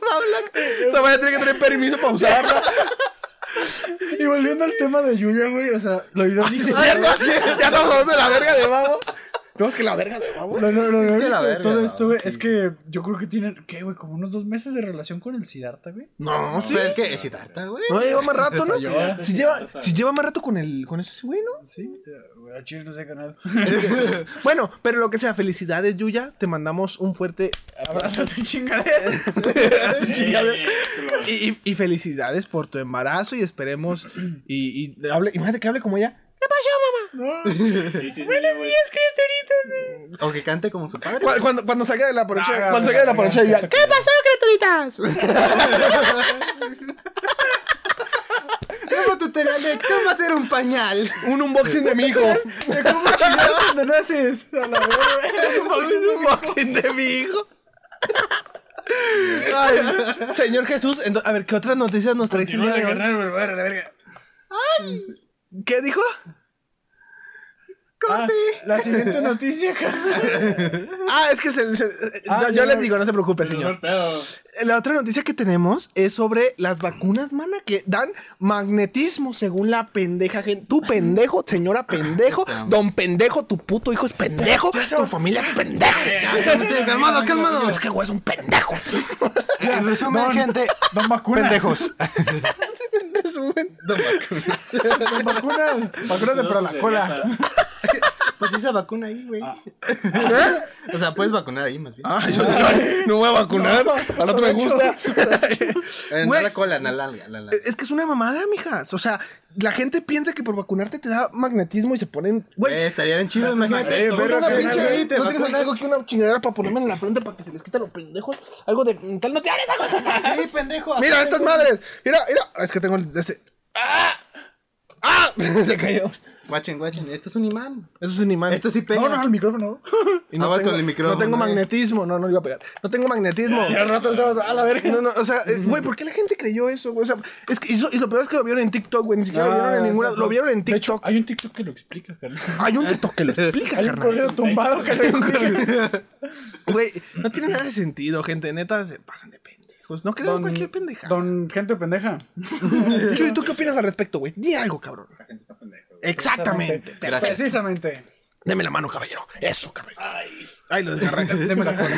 D: blanca. Se van a tener que tener permiso para usarla.
C: Y volviendo al tema de Yuya, güey, o sea, lo irónico.
D: ¿Cierto? Ya estamos hablando de la verga de babo. No, es que la verga de babo.
C: Lo, lo- lo
B: Es que
C: irónico
B: la
C: de
B: verga,
C: todo
B: ¿no?
C: esto, güey,
B: Sí.
C: es que yo creo que tienen, ¿qué, güey? Como unos dos meses de relación con el Siddhartha, güey.
D: No, sí.
B: Pero es que es Siddhartha, güey.
D: No, lleva más rato, ¿no?
E: Siddhartha,
D: Si lleva,
E: Siddhartha.
D: si lleva más rato con el, con ese güey, ¿no?
C: Sí, eh, güey, a chile no sé, canal.
D: Bueno, pero lo que sea, felicidades, Yuya. Te mandamos un fuerte
C: Abrázate, chingadera.
E: Eh, eh, eh,
D: Y, y- y felicidades por tu embarazo y esperemos. Y, y hable, imagínate que hable como ella.
E: sí, sí, sí, güey.
B: O que cante como su padre.
D: Cu- Cuando, cuando salga de la porocha,
C: Ah,
D: cuando salga de la
C: ah,
D: porocha,
C: ah,
D: Yuya, ¿qué pasó, criaturitas?
B: Tengo tutorial de cómo hacer un pañal.
D: Un unboxing de mi hijo.
C: ¿Cómo chingados cuando naces? A la verga.
D: un unboxing de mi hijo. Ay, señor Jesús, ento- a ver, ¿qué otras noticias nos traes? el
C: No,
D: día de
C: la
D: hoy?
C: carnal, güey, güey, a la verga.
D: ¿Qué dijo?
C: Ah, la siguiente noticia, carnal.
D: Ah, es que se, se-
C: Ah,
D: yo,
C: ya,
D: yo le
C: ya.
D: digo, no se preocupe,
E: Mejor
D: señor.
E: pedo.
D: La otra noticia que tenemos es sobre las vacunas, mana, que dan magnetismo según la pendeja gente. Tú pendejo, señora pendejo, don pendejo, tu puto hijo es pendejo, tu familia es pendejo.
B: Calmado, calmado.
D: Es que güey es un pendejo.
B: En resumen, gente.
C: Don vacunas.
B: Pendejos.
D: En resumen.
C: Don vacunas. Vacunas de
E: Saludos
C: para
E: de
C: la cola.
E: dieta.
B: Pues sí se vacuna ahí, güey. O sea, puedes vacunar ahí más bien.
D: Ah, yo no, no voy a vacunar. Al rato me gusta.
B: Eh, no
D: güey. Eh,
B: la cola, na- la larga, la larga.
D: Es que es una mamada, mijas. O sea, la gente piensa que por vacunarte te da magnetismo y se ponen.
B: Eh,
D: Güey,
B: estaría bien chido, imagínate.
C: eh,
B: Ponte
C: pero
D: una
C: que-
D: pinche.
B: ahí, te
D: ¿no tienes
B: vacunas.
D: algo aquí, una chingadera para ponerme en la frente para que se les quita los pendejos? Algo de tal no te hagas.
B: Sí, pendejo.
D: Mira, estas madres. Mira, mira. Es que tengo el. Este. ¡Ah! ¡Ah! se cayó.
B: Guachen, guachen. Esto es un imán.
D: Eso es un imán.
B: Esto sí pega.
C: No, no, al micrófono.
D: Y no
B: Ah, va
D: tengo,
B: con el micrófono,
D: no tengo
B: eh.
D: magnetismo. No, no lo iba a pegar. No tengo magnetismo.
C: Y al rato se va a la verga.
D: No, no, o sea, eh, güey, ¿por qué la gente creyó eso? güey? O sea, es que, y, so- y lo peor es que lo vieron en TikTok, güey. Ni siquiera lo vieron en
C: Ah,
D: ninguna.
C: exacto.
D: Lo vieron en
C: De hecho,
D: TikTok.
C: hay un TikTok que lo explica, carnal.
D: Hay un TikTok que lo explica,
C: Hay un
D: carnal.
C: correo tumbado que lo explica.
D: Güey, no tiene nada de sentido, gente. Neta, se pasan de pendejos. No crean cualquier pendeja.
C: Don gente pendeja.
D: Chuy, ¿tú qué opinas al respecto, güey? Di algo, cabrón.
E: La gente está pendeja, güey.
D: Exactamente.
B: Gracias.
C: Precisamente.
D: Deme la mano, caballero. Eso, caballero.
E: Ay,
D: Ay, lo desgarré.
C: Deme la cola.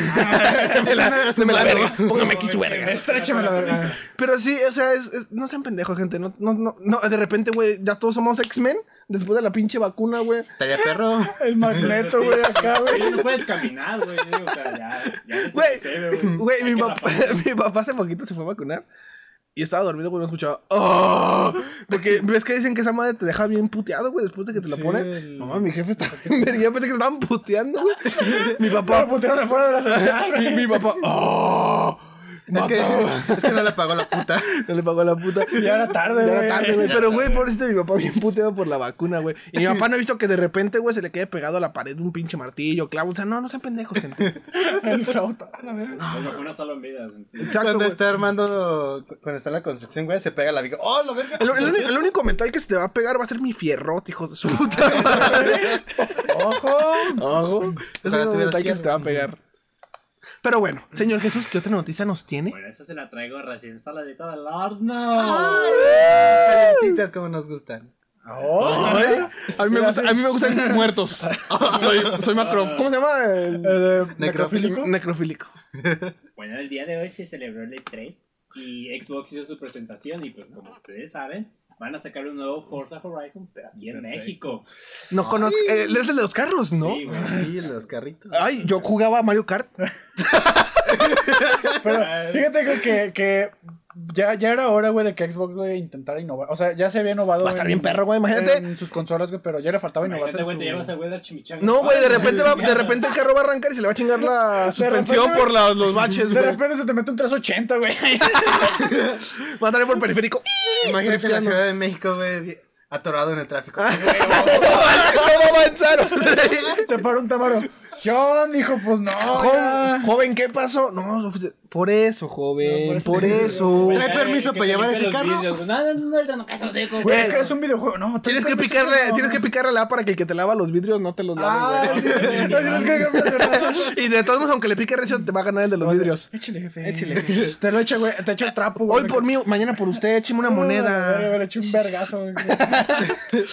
D: Deme la, deme la verga. Póngame aquí
E: no,
D: su
E: es que
D: verga.
E: me-
C: Estréchame la verga.
D: Pero sí, o sea, es- es- no sean pendejos, gente. No, no, no, no. De repente, güey, ya todos somos X-Men. Después de la pinche vacuna, güey.
B: Estaría perro.
C: El magneto, güey, acá, güey.
E: Oye, no puedes caminar, güey. O sea, ya. ya
D: Güey,
E: se
D: güey, mi,
E: Hay que
D: papá,
E: raparlo.
D: mi papá hace poquito se fue a vacunar y estaba dormido cuando escuchaba. "Oh", Porque ves que dicen que esa madre te deja bien puteado, güey, después de que te la
C: Sí,
D: pones.
C: el-
D: No, mames, mi jefe está. Yo pensé que te estaban puteando, güey. Mi
C: Lo
D: papá.
C: putearon afuera de la central,
D: mi,
C: güey.
D: mi papá. "Oh",
B: Es que,
D: matado.
B: es que no la pagó la puta.
D: No le pagó a la puta.
C: Ya era tarde,
D: Ya era
C: güey.
D: tarde, güey. Pero, güey, pobrecito, mi papá bien puteado por la vacuna, güey. Y mi papá no ha visto que de repente, güey, se le quede pegado a la pared un pinche martillo, clavo. O sea, no, no sean pendejos, gente.
C: El flauta, a la verga.
E: Las vacunas salvan vidas. ¿entiendes?
D: Exacto,
B: Cuando
D: güey.
B: está armando, cuando está en la construcción, güey, se pega la viga. ¡Oh, la verga!
D: El, el uni- el único metal que se te va a pegar va a ser mi fierrote, hijo de su puta madre.
C: ¡Ojo!
D: Ojo. Es
B: Ojalá
D: un
B: tuviera
D: detalle que
B: cierre.
D: te va a pegar. Pero bueno, señor Jesús, ¿qué otra noticia nos tiene?
E: Bueno, esa se la traigo recién saladita del horno.
B: Calentitas como nos gustan.
C: ¡Ay!
D: A mí me, gusta- a mí me gustan muertos. Soy, soy macro. ¿Cómo se llama? El-
C: Eh,
B: ¿Necrofílico?
C: ¿Necrofílico?
D: Necrofílico.
E: Bueno, el día de hoy se celebró el E3 y Xbox hizo su presentación y pues como ustedes saben, van a sacar un nuevo Forza Horizon, pero aquí en México.
D: No conozco. eh, es el de los carros, ¿no?
E: Sí, güey.
B: Sí, los carritos.
D: Ay, yo jugaba a Mario Kart.
C: Pero fíjate que, que, que ya, ya era hora, güey, de que Xbox, güey, intentara innovar. O sea, ya se había innovado.
D: Va a estar
C: en-
D: bien perro, güey, imagínate.
C: En sus consolas, güey, pero ya le faltaba innovarse.
E: Imagínate,
C: en
E: güey, te
C: su-
E: llevas a güey al chimichanga.
D: No, güey, de repente, va- de repente el carro va a arrancar y se le va a chingar la suspensión
C: repente-
D: por la- los baches,
C: De
D: güey.
C: repente se te mete un 380, güey.
D: Va a salir por el periférico.
B: Imagínate la
D: Cristiano.
B: Ciudad de México, güey, bien- atorado en el tráfico.
D: No va a avanzar.
C: Te para un tamaro. Yo, hijo, pues no.
D: Jo-
C: ya.
D: Joven, ¿qué pasó? No, por eso, joven,
C: No, por
D: por
C: eso.
D: eso.
E: Güey,
B: ¿Trae
E: cara,
B: permiso
E: que
B: para
E: te
B: llevar
E: limpia
B: ese
E: los
B: carro?
E: vidrios, güey. No, no, no, ahorita no, cállate, los
C: Güey, es
E: güey.
C: que es un videojuego. No,
D: Tienes que picarle, tienes que picarle la A para que el que te lava los vidrios no te los lave,
C: Ah, tienes que
D: güey. Y de todos modos, aunque le pique recio, te va a ganar el de los vidrios.
C: Échale, jefe.
D: Échale.
C: Te lo echa, güey. Te echa el trapo, güey.
D: Hoy por mí, mañana por usted, écheme
C: Ah,
D: una
C: Güey,
D: moneda.
C: güey, Le eché un vergazo, güey.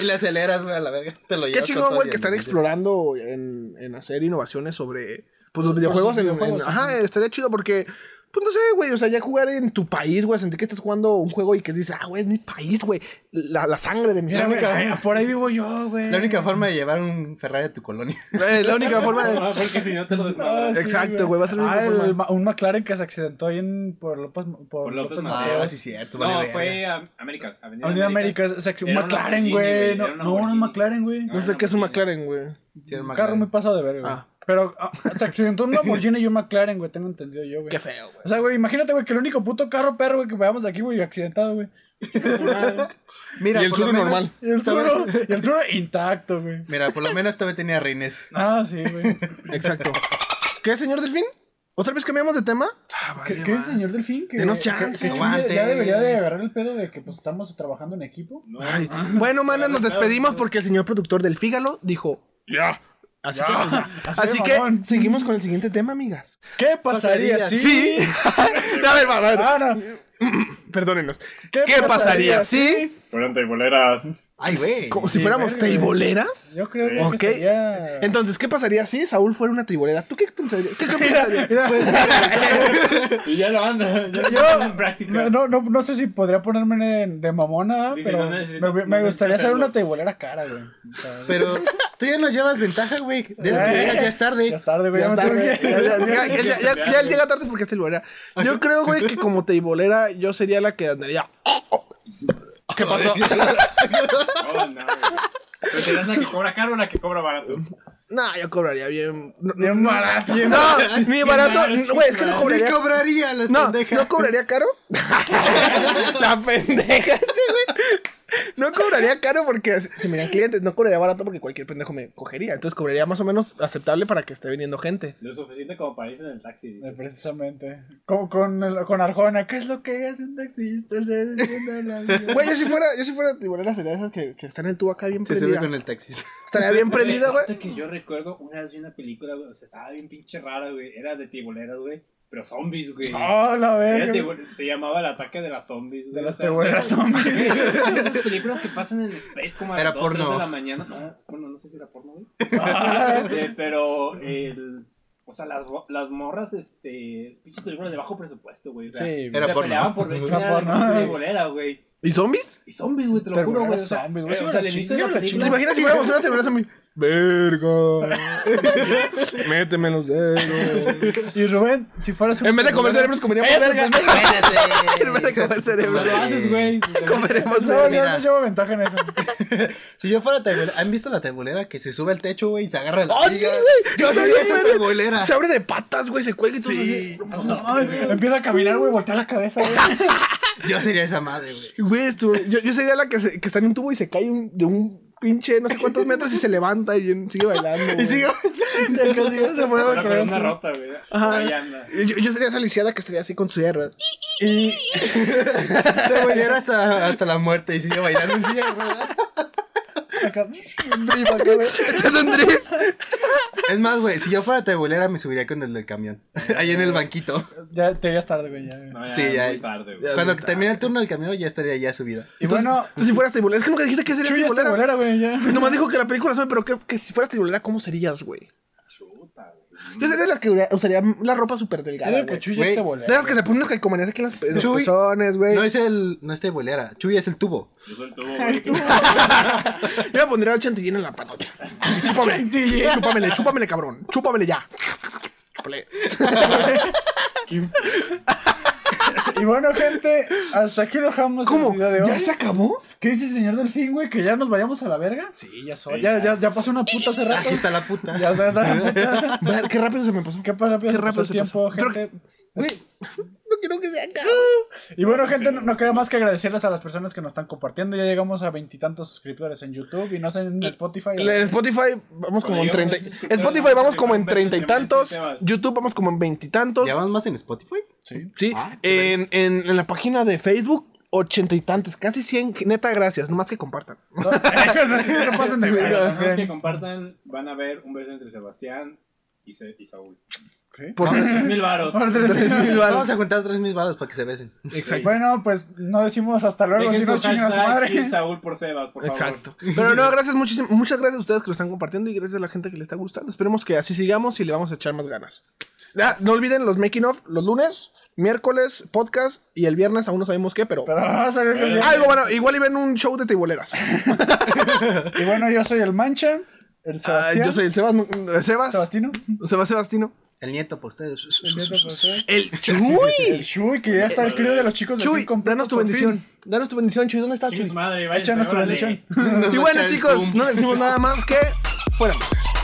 B: y le aceleras, güey, a la verga. Te lo
D: Qué
B: llevas con
D: chingón,
B: todo
D: güey,
B: y
D: que están
B: anillos.
D: explorando en, en hacer innovaciones sobre pues, los videojuegos. en- en-
C: videojuegos,
D: ajá, estaría chido porque, pues no sé, güey, o sea, ya jugar en tu país, güey, sentir que estás jugando un juego y que dices, ah, güey, es mi país, güey, la, la sangre de mi
C: Mira,
D: sangre.
C: güey. ay, Por ahí vivo yo, güey.
B: La única forma de llevar un Ferrari a tu colonia.
D: Eh, la única forma de...
E: No, porque si no te lo
C: Ah,
E: desmadras.
C: sí,
D: Exacto, güey, va a ser la única
C: Ah, el
D: forma.
C: ma- un McLaren que se accidentó ahí en por López, por
E: López
C: López
E: Mateos.
C: Mateos.
B: Ah, sí, cierto. vale,
E: No,
B: verga.
E: fue a Américas. Avenida,
C: Avenida
E: Américas.
C: América, se acc- un
E: Era una
C: McLaren,
E: Lamborghini,
C: güey.
E: güey,
C: No,
E: era una
C: no, un
E: Lamborghini.
C: McLaren, güey.
D: No sé qué es un McLaren, güey.
B: Sí, el
C: Un
B: McLaren.
C: carro muy pasado de verga. güey.
D: Ah.
C: Pero ah, se accidentó un Lamborghini y un McLaren, güey. Tengo entendido yo, güey.
D: Qué feo, güey.
C: O sea, güey, imagínate, güey, que el único puto carro perro, güey, que veamos aquí, güey, accidentado, güey.
B: Mira,
F: Y el
B: por lo
F: sur
B: menos-
F: normal.
C: Y el suro, y el suro intacto, güey.
B: Mira, por lo menos todavía tenía rines.
C: Ah, sí, güey.
D: Exacto. ¿Qué, señor Delfín? ¿Otra vez cambiamos de tema?
C: ¿Qué, qué es el señor Delfín? Que,
D: Ah, Denos
C: que-
D: chance,
C: que ya-
B: aguante.
C: Ya debería de agarrar el pedo de que, pues, estamos trabajando en equipo.
E: No,
D: Ay, bueno, mana, nos despedimos porque el señor productor del Fígalo dijo...
F: Ya.
D: Así que, pues, ya.
C: así
D: Así
C: de
D: que
C: mamón.
D: seguimos con el siguiente tema, amigas.
C: ¿Qué pasaría, si...
B: Pasaría
D: Sí. a ver, va, va, va.
C: Ah, no.
D: Perdónenos.
C: ¿Qué
D: ¿Qué, pasaría,
C: pasaría
D: si?
E: Pronto y boleras.
B: Ay, güey.
D: Como si fuéramos
C: verga, güey.
D: teiboleras.
C: Yo creo que
D: Ok.
C: sería...
D: Entonces, ¿qué pasaría si Saúl fuera una tribolera? ¿Tú qué pensarías? ¿Qué, qué pensarías? Pues,
E: Y ya lo anda. Ya lo anda en práctica.
C: No, no, no, no sé si podría ponerme de, de mamona,
E: Dice,
C: pero
E: no
C: me,
E: necesito- no
C: me
E: necesito
C: gustaría hacer
E: hacerlo.
C: una tebolera cara, güey. O sea,
B: Pero tú ya nos llevas ventaja, güey. De lo que
C: Ay.
B: llegas ya es tarde.
C: ya es tarde, güey.
D: Eh, Ya
C: ya me tengo
D: está, güey.
C: que ir.
D: Ya- ya- ya- ya- ya- ya- ya él llega tarde porque es teibolera. Yo creo, güey, que como teibolera yo sería la que andaría. ¿Qué pasó?
E: Oh, no, güey. Pero serás la que cobra caro o la que cobra barato.
D: No, yo cobraría bien. no, no,
C: Bien barato.
D: No, ni barato.
E: mal,
D: Güey, es que no
E: chico,
B: Ni
D: cobraría.
B: cobraría las
D: No,
B: pendejas.
D: ¿no cobraría caro? la pendeja, este güey. No cobraría caro porque si miran clientes, no cobraría barato porque cualquier pendejo me cogería. Entonces cobraría más o menos aceptable para que esté viniendo gente.
E: Lo suficiente como para irse en el taxi. dice.
C: Eh, Precisamente. Como con, el- con Arjona, ¿qué es lo que hacen taxistas? Se descienden a la vida.
D: Güey, yo si fuera, yo si fuera tiburera sería de esas que, que están en tu acá bien
B: Se sube
D: prendida.
B: con el taxi.
D: Estaría bien prendida, güey.
E: Fíjate que yo recuerdo una vez vi una película, güey. O sea, estaba bien pinche rara, güey. Era de tiboleras, güey. Pero zombies, güey.
C: ¡Oh, la
E: Era
C: verga! Este güey.
E: tibol- se llamaba el ataque de las zombies, güey.
C: De
E: o
C: las
E: sea,
C: teboleras zombies.
E: Esas películas que pasan en Space como a
B: Era
E: las 2, 3
B: porno.
E: de la mañana. No, bueno, no sé si era porno, güey. Este, pero el. O sea, las, bo- las morras, este. Pinches películas de bajo presupuesto, güey. O sea,
C: Sí,
B: Era
E: se
B: porno.
E: peleaban por ver quién
C: Era
E: era la
C: porno.
E: pinche tibolera, güey.
D: ¿Y zombies?
E: Y zombies, güey, te lo juro, güey. O
C: Tiboleras
E: sea,
C: zombies,
E: eh,
C: güey,
E: o
C: se
E: sea,
C: la
E: al inicio de
C: chingaron,
E: la
C: la
D: ¿Te
E: película.
D: imaginas si fuéramos una tiburera zombie? Verga.
F: Méteme los dedos.
C: Y Rubén, si fueras un.
D: En vez de comer cerebros, comeríamos verga. En vez de comer
E: No lo
D: cerebros,
E: haces, güey. O sea,
D: comeremos
C: No,
D: verga.
C: yo
B: Mira.
C: no llevo ventaja en eso.
B: Si yo fuera taibolera, ¿han visto la taibolera que se sube al techo, güey, y se agarra la
D: ¡Oh, sí,
B: viga?
D: güey!
B: Yo
D: Está
B: soy
D: bien,
B: esa
D: verga.
B: taibolera.
D: Se abre de patas, güey, se cuelga y todo
B: Sí.
D: eso.
C: No, empieza a caminar, güey, voltea la cabeza, güey.
B: Yo sería esa madre, güey.
D: Güey, esto- yo, yo sería la que, se- que está en un tubo y se cae un- de un pinche no sé cuántos metros y se levanta y bien- sigue bailando. güey.
B: Y sigo.
C: El castillo se pone
E: con
C: a
E: la
C: correr.
E: columna rota, güey.
D: Ajá.
E: Ahí anda.
D: Yo, yo sería esa lisiada que estaría así con su sierra.
C: Y
B: Taibolera hasta, hasta la muerte y sigue bailando en silla de ruedas.
C: Acá, un drip acá, güey.
D: Echando un drift.
B: Es más, güey, si yo fuera tebolera me subiría con el del camión. Ahí en el banquito.
C: Ya te irías tarde, güey. ya, güey.
E: No, ya,
B: Sí, ya.
E: Ah, muy tarde, güey.
B: Cuando termine el turno del camión ya estaría ya subida.
C: Y bueno,
D: Tú si fueras tibolera. Es que nunca dijiste que serías
C: Chuy es
D: tibolera.
C: bolera, güey, ya.
D: Nomás dijo que la película sabe, pero que, que si fueras tibolera, ¿cómo serías, güey?
E: Chuta, güey.
D: Yo sería la que usaría la ropa súper
C: Yo
D: delgada,
C: digo que
D: güey.
C: Chuy
B: güey.
C: es
D: De
C: bolera.
D: esas que se ponen unas calcomanías aquí en las, en los
B: Chuy.
D: pezones, güey.
B: No es el. No es tebolera. Chuy es el tubo.
E: Yo soy el tubo, güey.
D: Yo me pondría el chantillín en la panocha. Así, Chúpame, chúpamele, chúpamele, cabrón. Chúpamele ya. Chúpale.
C: Y bueno, gente, hasta aquí lo dejamos el
D: ¿Cómo?
C: video de hoy.
D: ¿Ya se acabó?
C: ¿Qué dice el señor Delfín, güey? ¿Que ya nos vayamos a la verga? Sí, ya soy. Ya, ya, ya pasó una puta hace rato.
B: Aquí está la puta.
C: Ya está, ya está.
D: Ver, Qué rápido se me pasó.
C: Qué rápido,
D: Qué
C: Qué
D: rápido
C: rápido el
D: se
C: tiempo,
D: pasó. Pero-
C: gente.
D: Güey, no quiero que se acabe.
C: Y bueno, gente, no, no queda más que agradecerles a las personas que nos están compartiendo. Ya llegamos a veintitantos suscriptores en YouTube y no sé en Spotify.
D: En Spotify vamos como en
E: Cuando
D: treinta.
E: llegamos a esos
D: En
E: suscriptores,
D: Spotify vamos
E: vamos
D: como en
E: a ver
D: treinta y
E: si te
D: tantos.
E: vas.
D: YouTube vamos como en veintitantos.
B: ¿Ya vamos más en Spotify?
D: Sí,
B: Ah,
D: en, en, en la página de Facebook, ochenta y tantos, casi cien. Neta, gracias. Nomás que compartan.
C: No, no pasen de
E: Para
C: verga.
E: los demás que compartan, van a ver un beso entre Sebastián y, Se- y Saúl.
D: Por
E: Es mil varos.
D: tres mil balas.
B: Vamos a juntar tres mil balas para que se besen.
C: Bueno, pues no decimos hasta luego,
E: Dejen
C: si
E: su
C: no chingan a su
E: hashtag y
C: madre.
E: Saúl por Sebas, por favor.
D: Exacto. Pero no, gracias muchísimas, muchas gracias a ustedes que lo están compartiendo y gracias a la gente que le está gustando. Esperemos que así sigamos y le vamos a echar más ganas. Ah, no olviden los making of los lunes, miércoles, podcast y el viernes aún no sabemos qué, pero...
C: Pero va a salir bien.
D: Algo bueno, igual y ven un show de teiboleras.
C: Y bueno, yo soy el Mancha, el
D: Ah,
C: Sebastián.
D: yo soy el Sebas, Sebas,
C: Sebastino.
D: Sebas Sebastino.
B: El nieto para ustedes.
C: El nieto de José.
D: El Chuy.
C: El Chuy, que ya está el crío de los chicos del
D: Chuy,
C: fin completo,
D: danos tu
C: por
D: bendición. Danos tu bendición, Chuy. ¿Dónde estás,
E: Chingue su
D: Chuy?
E: madre, váyanse,
C: Échanos tu
E: Este, órale.
C: bendición.
D: Y
B: va a
D: bueno,
B: echar el
D: chicos,
B: pum.
D: no les decimos nada más que fuera luces.